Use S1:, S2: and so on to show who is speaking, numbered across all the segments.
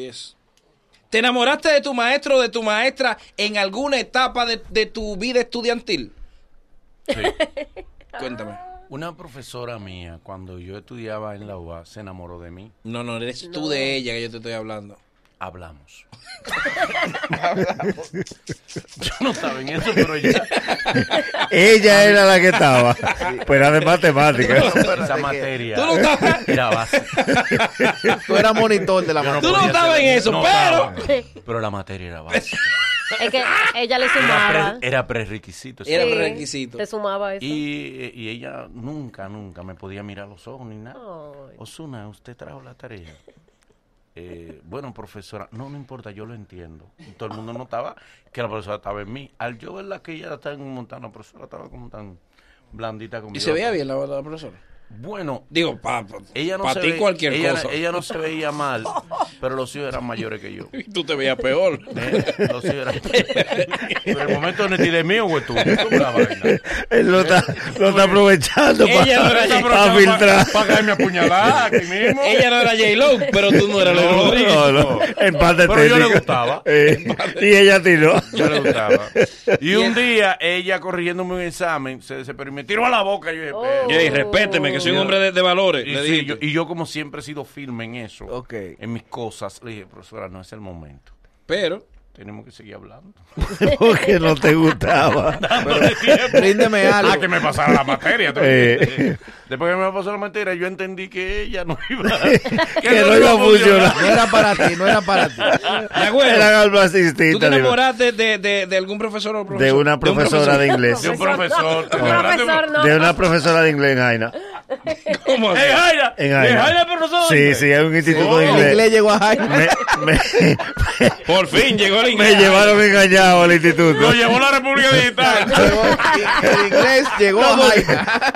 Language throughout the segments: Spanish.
S1: Yes. ¿Te enamoraste de tu maestro o de tu maestra en alguna etapa de, de tu vida estudiantil?
S2: Sí.
S1: Cuéntame.
S2: Una profesora mía, cuando yo estudiaba en la UA, se enamoró de mí.
S1: No, no, eres tú de ella que yo te estoy hablando.
S2: Hablamos. yo no estaba en eso, pero ella.
S3: Ella era la que estaba. Pero era de matemáticas.
S2: esa
S4: espérate,
S2: materia.
S1: Tú no estabas-
S2: Era base.
S4: Tú eras monitor de la
S2: Yo
S1: Tú no
S2: podía
S1: estabas
S2: hacer-
S1: en eso, pero-
S2: estaba. Pero la materia era base.
S5: Es que ella le
S2: Era,
S5: sumaba.
S2: pre- era prerequisito. eso.
S1: Era
S5: Sí,
S1: requisito.
S5: Te sumaba eso.
S2: Y, y ella nunca, nunca me podía mirar los ojos ni nada.
S1: Oh.
S5: Ay.
S2: Osuna, usted trajo la tarea. Eh, bueno, profesora, no, no importa, yo lo entiendo. Y Todo el mundo notaba que la profesora estaba en mí. Al yo verla que ella estaba en Montana, la profesora estaba como tan blandita conmigo.
S1: ¿Y se veía bien la, la profesora?
S2: Bueno,
S1: Digo, para
S2: ella no se
S1: ti
S2: ve-
S1: cualquier
S2: ella,
S1: cosa.
S2: ella no se veía mal, pero los hijos eran mayores que yo.
S1: Tú te veías peor.
S2: Eh, Los hijos eran Pero el momento donde tiré mío, güey, tú. tú la vaina.
S3: Él lo está, lo está aprovechando para,
S1: Ella lo está
S3: para filtrar.
S2: Para caerme apuñalada aquí mismo.
S1: ella no era J-Lo, pero tú no eras Leo
S2: No,
S1: Rodríguez.
S3: No, no, en paz de
S2: Pero yo le
S3: técnico.
S2: gustaba.
S3: Eh, y ella tiró.
S2: Yo le gustaba. Y
S1: el-
S2: un día, ella corrigiéndome un examen, se desesperó y me tiró a la boca. Yo dije,
S5: Oh.
S2: "Pero".
S1: Jay, respéteme, que soy un hombre de, de valores.
S2: Y,
S1: le
S2: sí,
S1: dijiste.
S2: yo, y yo, como siempre, he sido firme en eso,
S4: Ok.
S2: en mis cosas. Le dije, profesora, no es el momento.
S1: Pero,
S2: Tenemos que seguir hablando.
S3: Porque no te gustaba.
S4: Bríndeme algo.
S2: Ah, que me pasara la materia. ¿tú
S3: Eh.
S2: entiendes? Después que me pasó la materia, yo entendí que ella no iba,
S3: Que no iba a funcionar.
S4: No era para ti, no era para ti.
S1: Yagüero,
S3: Eran algo
S1: ¿tú te
S3: asistente.
S1: enamoraste de, de, de algún profesor o
S3: De
S1: profesora?
S3: una profesora de inglés.
S2: De un profesor.
S5: No, profesor, no.
S3: De una profesora de inglés en Jaina.
S1: ¿Cómo así?
S2: ¡Eh, Jaira!
S3: En
S2: ¡Eh,
S3: Jaina.
S2: Jaira, profesor!
S3: Sí, sí, hay un instituto
S2: Oh.
S3: de
S4: El
S3: inglés.
S4: inglés llegó a Jaime.
S3: Me, me-
S1: Por fin llegó el
S3: me
S1: inglés.
S3: llevaron engañado al instituto.
S2: Lo llevó la República Digital.
S4: Llegó- El inglés llegó a Jaime.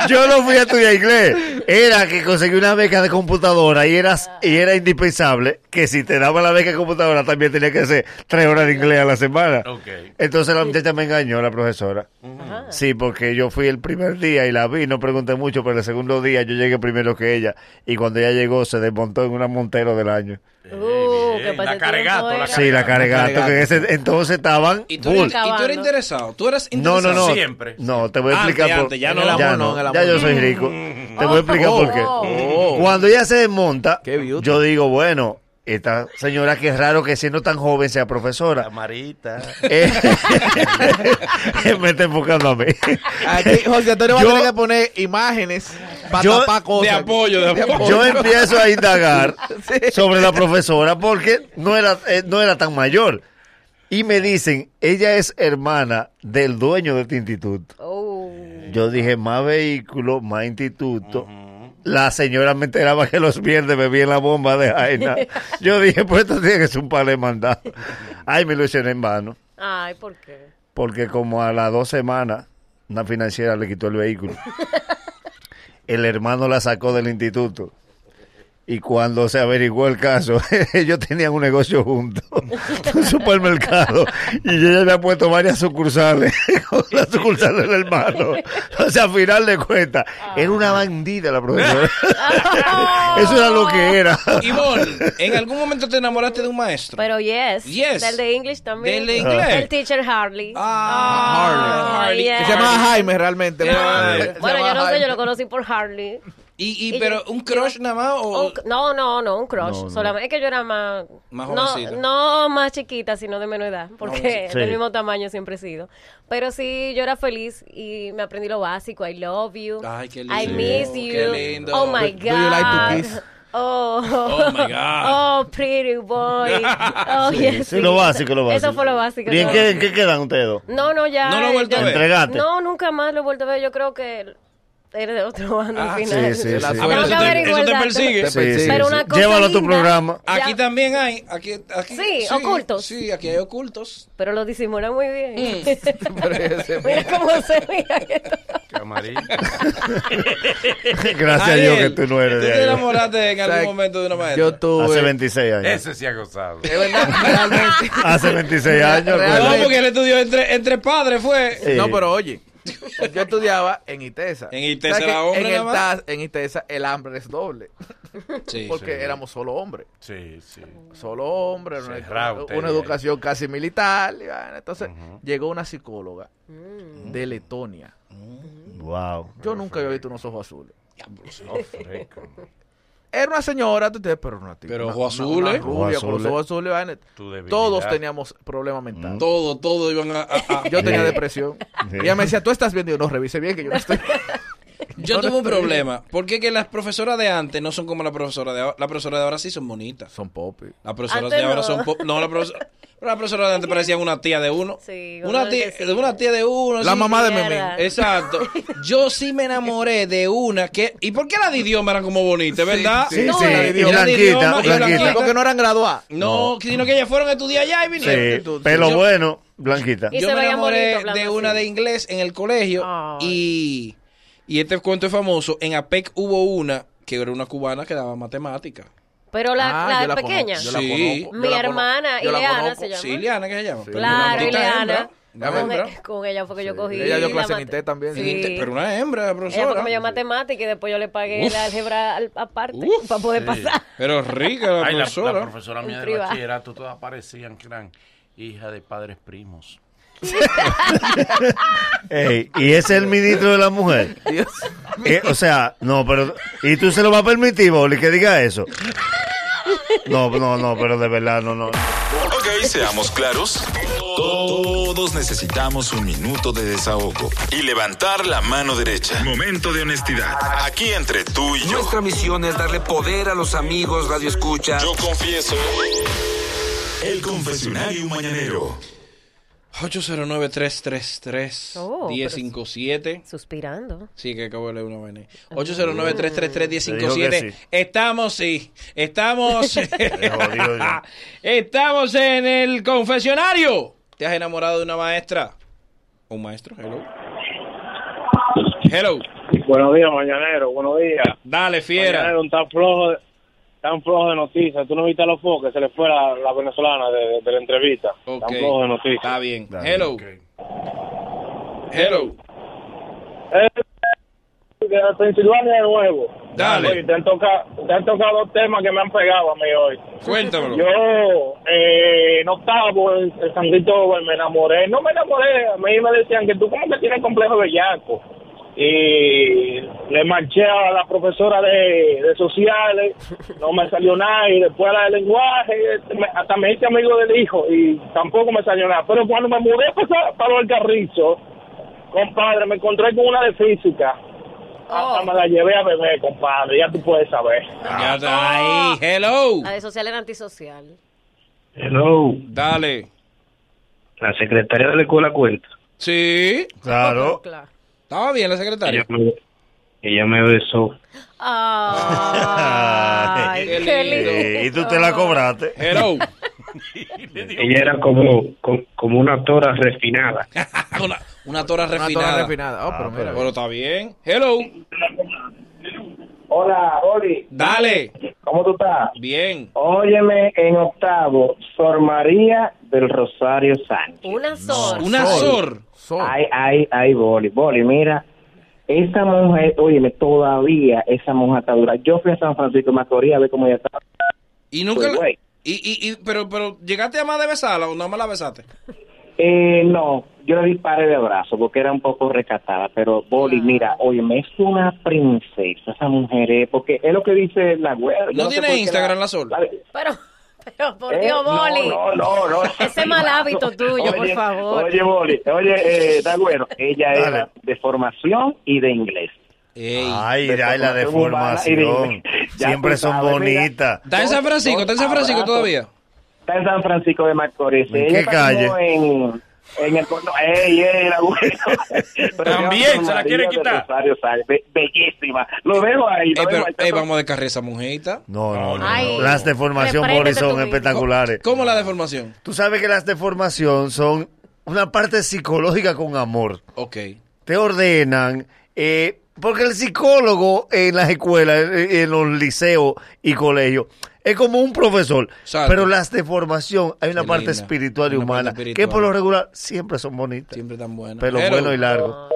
S3: Yo no fui a estudiar inglés. Era que conseguí una beca de computadora y era, y era indispensable que si te daban la beca de computadora también tenía que hacer tres horas de inglés a la semana.
S2: Ok.
S3: Entonces la muchacha me engañó, la profesora. Sí, porque yo fui el primer día y la vi, no pregunté mucho, pero el segundo día yo llegué primero que ella y cuando ella llegó se desmontó en una Montero del año.
S5: Uh,
S2: Eh,
S5: que
S2: bien.
S5: pasé
S2: La caregato,
S5: tiempo,
S2: la
S5: era.
S3: Sí, la cargato, que en ese entonces estaban...
S1: ¿Y tú,
S3: full.
S1: eres- y tú eres interesado. Tú eras
S3: No,
S1: interesado.
S3: no, no.
S2: Siempre.
S3: No, te voy a
S1: Antes,
S3: explicar por
S1: antes, ya
S4: no. En el
S3: ya,
S4: amor, no, en el
S3: ya
S4: amor.
S3: yo soy rico. Te voy a explicar
S4: Oh,
S3: por qué. Mm.
S5: oh.
S3: Cuando ella se desmonta,
S4: Qué beauty.
S3: yo digo, bueno, esta señora que es raro que siendo tan joven sea profesora.
S2: Camarita.
S3: Eh, me está enfocando a mí.
S1: eh,
S4: Aquí José Antonio va
S3: Yo-
S4: a tener que poner imágenes para
S3: Yo-
S4: tapar
S1: De
S4: cosas.
S1: apoyo, de apoyo.
S4: Oh,
S3: Yo empiezo a indagar sobre la profesora porque no era, eh, no era tan mayor. Y me dicen, ella es hermana del dueño de este instituto.
S5: Oh.
S3: Yo dije, más vehículos, más instituto. La señora me enteraba que los viernes bebía la bomba de Jaina. Yo dije, pues esto tiene que ser un par de mandados. Ay, me ilusioné en vano.
S5: Ay, ¿por qué?
S3: Porque como a las dos semanas, una financiera le quitó el vehículo. El hermano la sacó del instituto. Y cuando se averiguó el caso, ellos tenían un negocio juntos, un supermercado, y ella le ha puesto varias sucursales, con las sucursales del hermano. O sea, al final de cuentas, era una bandida la profesora.
S5: Ah.
S3: Eso era lo que era.
S1: Ivonne, ¿en algún momento te enamoraste de un maestro?
S5: Pero yes.
S1: Yes.
S5: Del de English también.
S1: Del de inglés.
S5: El teacher Harley.
S1: Ah,
S5: Ah,
S1: Harley.
S5: yes.
S4: Se llama Jaime realmente.
S1: Ah,
S4: Se
S5: Bueno,
S4: llama
S5: yo no sé,
S4: Jaime.
S5: yo lo conocí por Harley.
S1: y, y,
S5: Y
S1: pero
S5: yo-
S1: un crush nada más o
S5: Un- no, no, no, un crush. Solamente que yo era más.
S1: Más jovencita.
S5: no, no más chiquita, sino de menor edad. Porque
S3: Sí.
S5: del mismo tamaño siempre he sido. Pero sí, yo era feliz y me aprendí lo básico. I love you.
S1: Ay, qué
S5: I
S1: lindo,
S5: miss you.
S1: qué lindo.
S5: Oh my
S4: Do-
S5: God.
S4: do you like to kiss?
S5: Oh.
S1: Oh, my God.
S5: Oh, pretty boy. Oh, yes,
S3: Sí, lo básico, lo básico.
S5: Eso fue lo básico.
S3: ¿Y en
S5: todo.
S3: qué, en qué quedan ustedes? dos?
S5: No, no, ya.
S1: No lo he vuelto a
S5: ya-
S1: ver.
S3: Entregate.
S5: No, nunca más lo he vuelto a ver. Yo creo que eres de otro bando
S1: Ah,
S5: al final.
S3: sí, sí, sí. Ah,
S5: Tengo
S1: pero
S5: que
S1: eso te-
S5: averiguar
S1: eso te
S5: el dato.
S1: persigue.
S4: Te persigue.
S5: Pero una cosa
S3: Llévalo a tu
S5: linda,
S3: programa.
S5: ya-
S1: aquí también hay, aquí, aquí
S5: Sí, ocultos.
S1: Sí, aquí hay ocultos.
S5: Pero lo disimula muy bien.
S4: Pero ese-
S5: Mira cómo se mira. que todo.
S2: Camarita.
S3: Gracias a Dios que tú no eres
S1: ¿Tú
S3: de
S1: te
S3: ahí.
S1: enamoraste en
S4: O sea,
S1: algún momento de una maestra?
S4: Yo tuve.
S3: Hace 26 años.
S2: Ese sí ha gozado.
S4: Es verdad, realmente.
S3: Hace 26 años.
S4: Real-
S1: No,
S3: acuérdate.
S1: porque él estudió entre, entre padres, fue.
S3: Sí.
S4: No, pero oye, yo estudiaba en ITESA.
S1: En ITESA
S4: ¿Sabes
S1: era
S4: que
S1: hombre
S4: en, el
S1: nada más?
S4: TAS, en ITESA el hambre es doble.
S1: Sí.
S4: porque
S2: sí.
S4: éramos solo hombres.
S2: Sí, sí.
S4: Solo hombres, una-
S2: Cerrado,
S4: una,
S2: usted,
S4: educación casi militar. y vaina. Entonces
S2: Ujú.
S4: llegó una psicóloga
S5: Mm.
S4: de Letonia.
S3: Wow.
S4: Yo nunca había visto unos ojos azules.
S2: No, fresco.
S4: Era una señora, tú entiendes, pero una tía.
S1: Pero ¿eh?
S4: una-
S1: ojos
S4: una- una
S1: azules.
S4: rubia,
S3: Ojos
S4: con los
S3: azules.
S4: ojos azules. vaina.
S2: Tu debilidad.
S4: Todos teníamos problemas mentales.
S1: Todo, todo iban a... a- a-
S4: Yo tenía
S3: Sí.
S4: depresión.
S3: Sí.
S4: Y Ella me decía, tú estás bien. Y yo, no, revise bien que yo no estoy.
S1: Yo tuve un problema. Porque que las profesoras de antes no son como las profesoras de ahora. Las profesoras de ahora sí son bonitas.
S4: Son popi.
S1: Las profesoras
S5: Antes
S1: de ahora
S5: no.
S1: son... po- No, las profesoras... Las profesoras de antes parecían una tía de uno.
S5: Sí,
S1: una
S5: uno le
S1: tía,
S5: decía.
S1: una tía de uno.
S4: La
S1: sí.
S4: mamá de Memín.
S5: Mierda.
S1: Exacto. Yo sí me enamoré de una que... ¿Y por qué la de idioma eran como bonitas, verdad?
S4: sí,
S3: sí.
S1: Era de
S3: Y
S1: idioma,
S3: blanquita,
S1: y
S3: blanquita.
S1: blanquita.
S4: Porque no eran graduadas.
S1: No, sino que ellas fueron a estudiar allá y
S3: Sí,
S1: vinieron.
S3: pelo
S1: Yo- Eh.
S3: bueno, blanquita.
S5: Y
S1: Yo
S5: se
S1: me
S5: veían
S1: enamoré
S5: bonito hablando
S1: de una
S5: así.
S1: de inglés en el colegio
S5: Ay.
S1: y, y este cuento es famoso. En APEC hubo una que era una cubana que daba matemática.
S5: Pero la,
S4: Ah,
S5: la
S4: yo la
S5: pequeña.
S4: conozco, yo
S1: Sí.
S4: la conozco,
S5: Mi
S4: yo la
S5: hermana,
S4: conozco, yo la
S5: Ileana,
S4: conozco.
S5: se llama.
S1: Sí, Ileana que se llama.
S4: Sí.
S1: Pero
S5: Claro,
S1: una maldita
S5: Ileana.
S1: hembra,
S4: Dame-
S1: Una hembra.
S5: Con, con ella fue que yo
S4: Sí.
S5: cogí.
S4: Ella dio
S5: la
S4: clase en
S5: mate-
S4: ITES también, sí.
S5: Sí.
S1: Pero una hembra,
S5: Ella fue que
S1: profesora.
S5: me dio matemática y después yo le pagué
S1: Uf.
S5: la álgebra al- aparte
S1: Uf,
S5: para poder
S2: sí.
S5: pasar.
S1: Pero rica la
S2: Ay, la,
S1: profesora.
S2: la profesora mía de
S5: Privada.
S2: bachillerato, todas parecían que eran hijas de padres primos.
S3: Ey, y ese es el ministro de la mujer.
S4: Dios.
S3: Eh, o sea, no, pero. ¿Y tú se lo vas a permitir, Boli, que diga eso? No, no, no, pero de verdad, no, no.
S6: Ok, seamos claros. Todos necesitamos un minuto de desahogo y levantar la mano derecha. Momento de honestidad. Aquí entre tú y yo.
S7: Nuestra misión es darle poder a los amigos Radio Escucha.
S6: Yo confieso. El confesionario mañanero.
S5: Oh,
S1: 809-333-1057.
S5: Suspirando.
S1: Sí, que acabo de leer una vaina. 809-333-1057.
S3: sí.
S1: Estamos, sí. Estamos.
S3: jodido ya.
S1: Estamos en el confesionario. ¿Te has enamorado de una maestra? ¿Un maestro? Hello. Hello.
S8: Buenos días, mañanero. Buenos días.
S1: Dale, fiera.
S8: Mañanero, un tan flojo, de- tan flojo de noticias. ¿Tú no viste a los focos que se le fue la, la venezolana de, de la entrevista?
S1: Ok.
S8: Tan flojo de noticias.
S1: Está bien.
S3: Dale,
S1: Hello.
S2: Ok.
S1: Hello.
S8: Eh, De Pensilvania de nuevo.
S1: Dale.
S8: Oye, te han, toca- te han tocado dos temas que me han pegado a mí hoy.
S1: Cuéntamelo.
S8: Yo, eh, en octavo, en, en San Cristóbal, pues, me enamoré. No me enamoré, a mí me decían que tú como que tienes complejo de bellaco. Y le marché a la profesora de, de sociales, no me salió nada. Y después a la de lenguaje, este, me- hasta me hice amigo del hijo y tampoco me salió nada. Pero cuando me mudé para, para el carrizo, compadre, me encontré con una de física. Hasta
S5: Oh.
S8: me la llevé a beber, compadre, ya tú puedes saber.
S1: Ya está ahí. Hello.
S5: La de social era antisocial.
S9: Hello,
S1: Dale.
S9: la secretaria de la escuela cuenta.
S1: Sí.
S3: Claro.
S5: Claro.
S1: Estaba bien la
S9: Ella
S1: secretaria.
S9: me, ella me besó.
S5: Ay,
S1: Qué
S5: qué
S1: lindo.
S5: lindo.
S3: Eh, y tú te la cobraste.
S1: Hello.
S9: Ella era como, como, como una tora refinada.
S1: una, una tora
S4: Una
S1: refinada.
S4: toda refinada. Oh,
S3: Ah,
S4: pero mira.
S1: Pero está bien. Hello.
S8: Hola, Oli,
S1: Dale.
S8: ¿cómo tú estás?
S1: Bien.
S8: Óyeme en octavo, Sor María del Rosario Sánchez.
S5: Una sola.
S1: Una
S4: Sol.
S1: sor.
S4: Sol.
S8: Ay, ay, ay, Boli, Boli, mira. Esa mujer, óyeme, todavía esa mujer está dura. Yo fui a San Francisco de Macorís a ver cómo ella estaba.
S1: Y nunca.
S8: Pues,
S1: la-
S8: güey.
S1: y, y, y- pero, pero, ¿llegaste a más de besarla o nada más la besaste?
S8: Eh, no, yo le disparé de brazo porque era un poco rescatada. Pero, Boli, mira, óyeme, es una princesa esa mujer, eh, porque es lo que dice la web.
S1: No tiene Instagram la Sol.
S5: Pero, pero por
S8: Eh,
S5: Dios, Boli.
S8: No, no, no. no.
S5: Ese mal hábito tuyo, por
S8: Oye,
S5: favor.
S8: Oye, Boli, oye, eh, da bueno. Ella
S3: Dale.
S8: era de formación y de inglés.
S1: Ey.
S3: Ay, ay, la
S8: formación humana y de
S3: deformación.
S8: inglés. Ya
S3: Siempre
S8: tú
S3: son
S8: sabes, mira.
S3: bonitas.
S1: ¿Está en San Francisco? ¿Está en San Francisco
S8: Abrazo.
S1: todavía?
S8: Está en San Francisco de Macorís.
S3: ¿En
S8: Ella
S3: qué
S8: está como
S3: calle?
S8: En, en el cono- ¡Ey, ey, la mujer! Pero
S2: También,
S8: digamos,
S2: se la quiere
S8: María
S2: quitar.
S8: de Rosario Sáenz, be- bellísima. Lo veo ahí. lo
S1: Ey,
S8: veo
S1: pero,
S8: ahí.
S1: ey, vamos a descargar esa mujerita.
S3: No, no, no.
S5: Ay.
S3: no. Las deformación, Boli,
S5: Repréndete tú
S3: son
S5: mismo.
S3: espectaculares.
S1: ¿Cómo la deformación?
S3: Tú sabes que las deformación son una parte psicológica con amor.
S1: Ok.
S3: te ordenan, eh, porque el psicólogo en las escuelas, eh, en los liceos y colegios, es como un profesor.
S1: Exacto.
S3: Pero las de formación, hay una
S1: Qué
S3: parte
S1: linda.
S3: espiritual y
S1: Una
S3: humana,
S1: parte
S3: que por
S1: espiritual.
S3: lo regular siempre son bonitas.
S1: Siempre tan buena.
S3: Pelo
S1: Hello.
S3: bueno y largo.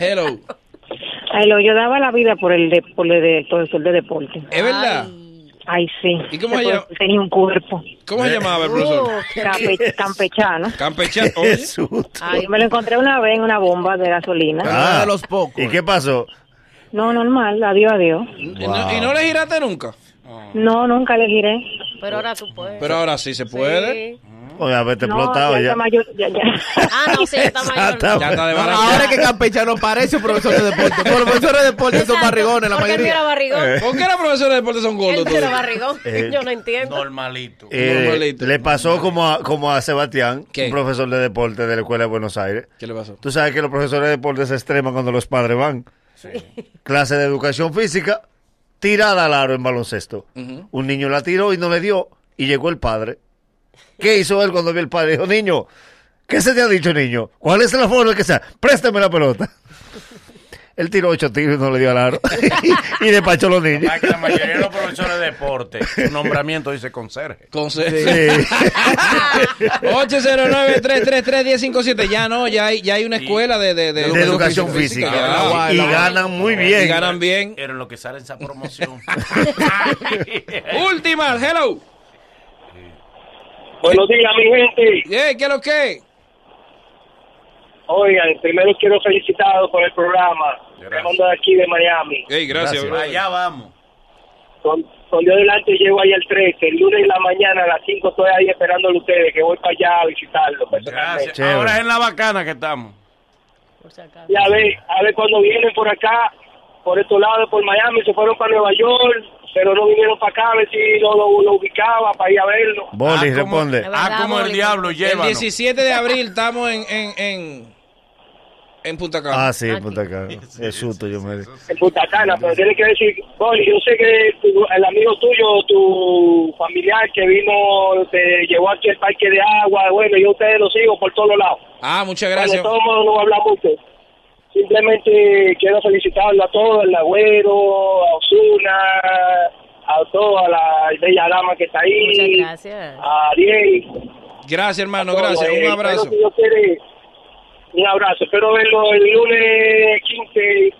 S1: Hello.
S10: Ay, lo- yo daba la vida por el, de, por el de- profesor de deporte.
S1: ¿Es verdad?
S10: Ay, sí.
S1: ¿Y cómo se
S10: Ese
S1: llama?
S10: profesor Tenía un cuerpo.
S1: ¿Cómo
S3: Eh.
S1: se llamaba el
S5: Oh.
S1: profesor?
S10: Campe- campechano.
S1: Campechano. Oye,
S5: Ah,
S10: Ay, me lo encontré una vez en una bomba de gasolina.
S3: Ah, ¿Y qué pasó?
S10: No, normal, adiós, adiós.
S1: ¿Y, no, y no le giraste nunca?
S10: No, nunca le giré.
S5: Pero ahora tú puedes.
S1: Pero ahora sí se puede.
S3: Oye, haberte
S10: No,
S3: explotado
S10: ya
S3: ya.
S10: está mayor, ya, ya.
S5: Ah, no, sí, está mayor.
S3: Exactamente.
S1: Ya está de
S4: Ahora,
S1: barato.
S4: es que Campechano parece un profesor de deporte. Todos los profesores de deporte son
S5: Exacto,
S4: barrigones, la
S5: porque él no
S4: mayoría.
S5: era barrigón.
S1: ¿Por qué los profesores de deporte son gordos?
S5: Él no era
S1: todos?
S5: barrigón.
S3: Eh,
S5: Yo no entiendo.
S2: Normalito.
S3: Eh,
S1: Normalito.
S3: le pasó como a, como a Sebastián,
S1: ¿Qué?
S3: un profesor de deporte de la Escuela de Buenos Aires.
S1: ¿Qué le pasó?
S3: Tú sabes que los profesores de deporte se extreman cuando los padres van. Clase de educación física, tirada al aro en baloncesto. Un niño la tiró y no le dio, y llegó el padre. ¿Qué hizo él cuando vio el padre? Dijo, niño, ¿qué se te ha dicho, niño? ¿Cuál es la forma que sea? Préstame la pelota. Él tiró ocho tiros y no le dio al aro. y, despachó a los niños.
S2: Para que la mayoría de los profesores de deporte, su nombramiento dice conserje.
S1: Consejo.
S3: Sí.
S1: 809-333-1057. Ya no, ya hay, ya hay una escuela de, de, de
S3: de educación física.
S1: Ya.
S4: Ah,
S3: y
S4: la-
S3: ganan muy
S1: Y
S3: bien.
S1: ganan bien.
S2: Pero en lo que sale esa promoción.
S1: Última, hello.
S8: Buenos días, mi gente.
S1: Yeah, ¿Qué es lo que?
S8: Oigan, primero quiero felicitaros por el programa.
S2: Gracias.
S8: Me mando de aquí de Miami.
S1: Hey, gracias,
S3: Gracias.
S1: brother.
S2: Allá vamos.
S8: Con, con Dios delante llego ahí al 13. El lunes en la mañana a las 5 estoy ahí esperándolo a ustedes, que voy para allá a visitarlo. personalmente.
S2: Gracias.
S3: Chévere.
S2: Ahora es en la bacana que estamos.
S5: Por si acaso.
S8: Y a ver, a ver cuando vienen por acá, por estos lados, por Miami, se fueron para Nueva York, pero no vinieron para acá a ver si lo, lo, lo ubicaba para ir a verlo.
S3: Boli, responde.
S5: La
S2: Ah,
S5: verdad,
S2: como el
S5: Boli.
S2: diablo,
S1: El
S2: llévanos.
S1: 17 de abril estamos en, en, en, en Punta Cana.
S3: Ah, sí, Punta Cana. Es susto, yo me...
S8: En Punta Cana, pero tienes que decir, Boli, yo sé que tu- el amigo tuyo, tu familiar que vino, te llevó aquí al parque de agua, bueno, yo a ustedes los sigo por todos lados.
S1: Ah, muchas
S8: Bueno, de
S1: gracias.
S8: todos modos no voy a hablar mucho. Simplemente quiero felicitarlo a todos, al Agüero, a Osuna, a toda la bella dama que está ahí.
S5: Muchas gracias.
S8: A Ariel.
S1: Gracias, hermano,
S8: Todo,
S1: gracias.
S8: eh,
S1: Un abrazo.
S8: espero que Dios quiere. Un abrazo. Espero verlo el lunes 15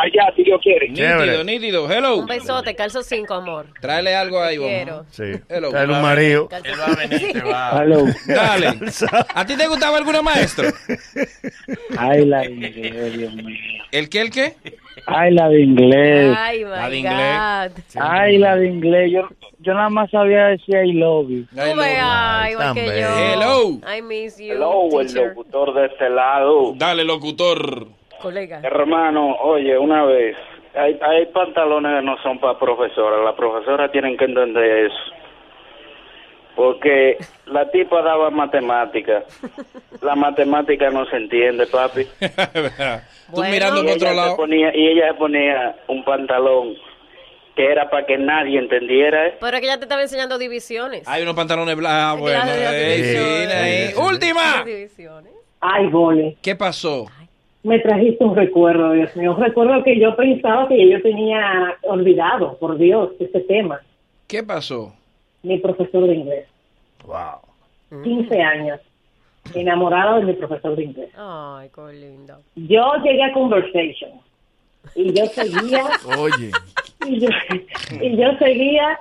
S8: allá, si Dios quiere.
S1: Nítido,
S3: Chévere.
S1: nítido. Hello.
S5: Un besote, calzo cinco, amor.
S1: Tráele algo ahí, vos.
S5: Quiero.
S3: Sí.
S1: Hello.
S3: Trae un marido.
S5: Calzo-
S2: Él va a venir, te va.
S1: Dale. ¿A ti te gustaba alguna maestro?
S9: Ay, la de inglés, Dios mío.
S1: ¿El qué, el qué?
S9: Ay, la de inglés.
S5: Ay,
S1: de
S5: my
S1: inglés.
S5: God.
S9: Ay, la de inglés. Yo, yo nada más sabía decir I love you.
S5: Tú ve, ay, igual
S3: Tan
S5: que
S3: bello.
S5: yo.
S1: Hello.
S5: I miss you,
S9: Hello, el
S5: teacher.
S9: locutor de este lado.
S1: Dale, locutor.
S5: Colega.
S9: Hermano, oye, una vez, hay, hay pantalones que no son para profesoras. Las profesoras tienen que entender eso. Porque la tipa daba matemática. La matemática no se entiende, papi.
S1: Tú
S5: Bueno.
S1: mirando
S9: Y
S1: por otro
S9: ella, se
S1: lado.
S9: ponía, y ella se ponía un pantalón que era para que nadie entendiera. ¿eh?
S5: Pero es que ya te estaba enseñando divisiones.
S1: Hay unos pantalones blancos.
S5: Claro,
S1: Ah, Bueno,
S5: ya te
S1: eh,
S5: digo,
S1: sí,
S5: ya
S1: ahí.
S5: te digo.
S1: Última.
S5: Divisiones.
S10: Ay, vole.
S1: ¿Qué pasó?
S10: Me trajiste un recuerdo, Dios mío. Un recuerdo que yo pensaba que yo tenía olvidado, por Dios, este tema.
S1: ¿Qué pasó?
S10: Mi profesor de inglés.
S3: Wow.
S10: 15 años. Enamorado de mi profesor de inglés.
S5: Ay, qué lindo.
S10: Yo llegué a Conversation. Y yo seguía,
S4: Oye,
S10: y yo, y yo seguía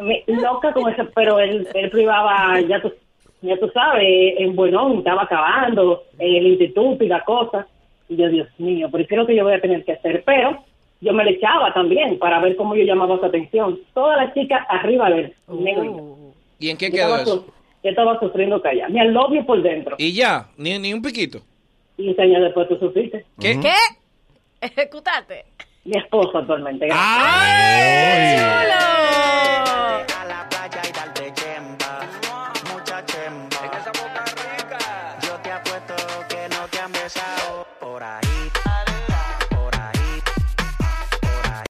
S10: me- loca con eso, pero él, él privaba, ya tú, ya tú sabes, en Buenón, estaba acabando, en el instituto y la cosa. Y yo, Dios mío, pero creo que yo voy a tener que hacer. Pero yo me le echaba también para ver cómo yo llamaba su atención. Todas las chicas arriba de él, negro. y yo.
S5: Uh,
S1: ¿Y en qué
S10: Yo
S1: quedó
S10: estaba
S1: eso?
S10: su- Yo estaba sufriendo calla. Me alobio por dentro.
S1: Y ya, ni, ni un piquito.
S10: 15 años después tú supiste.
S1: ¿Qué?
S5: ¿Qué? Ejecutate.
S1: Ah,
S10: Mi esposo actualmente. gracias.
S1: ¡Ay!
S5: Chulo.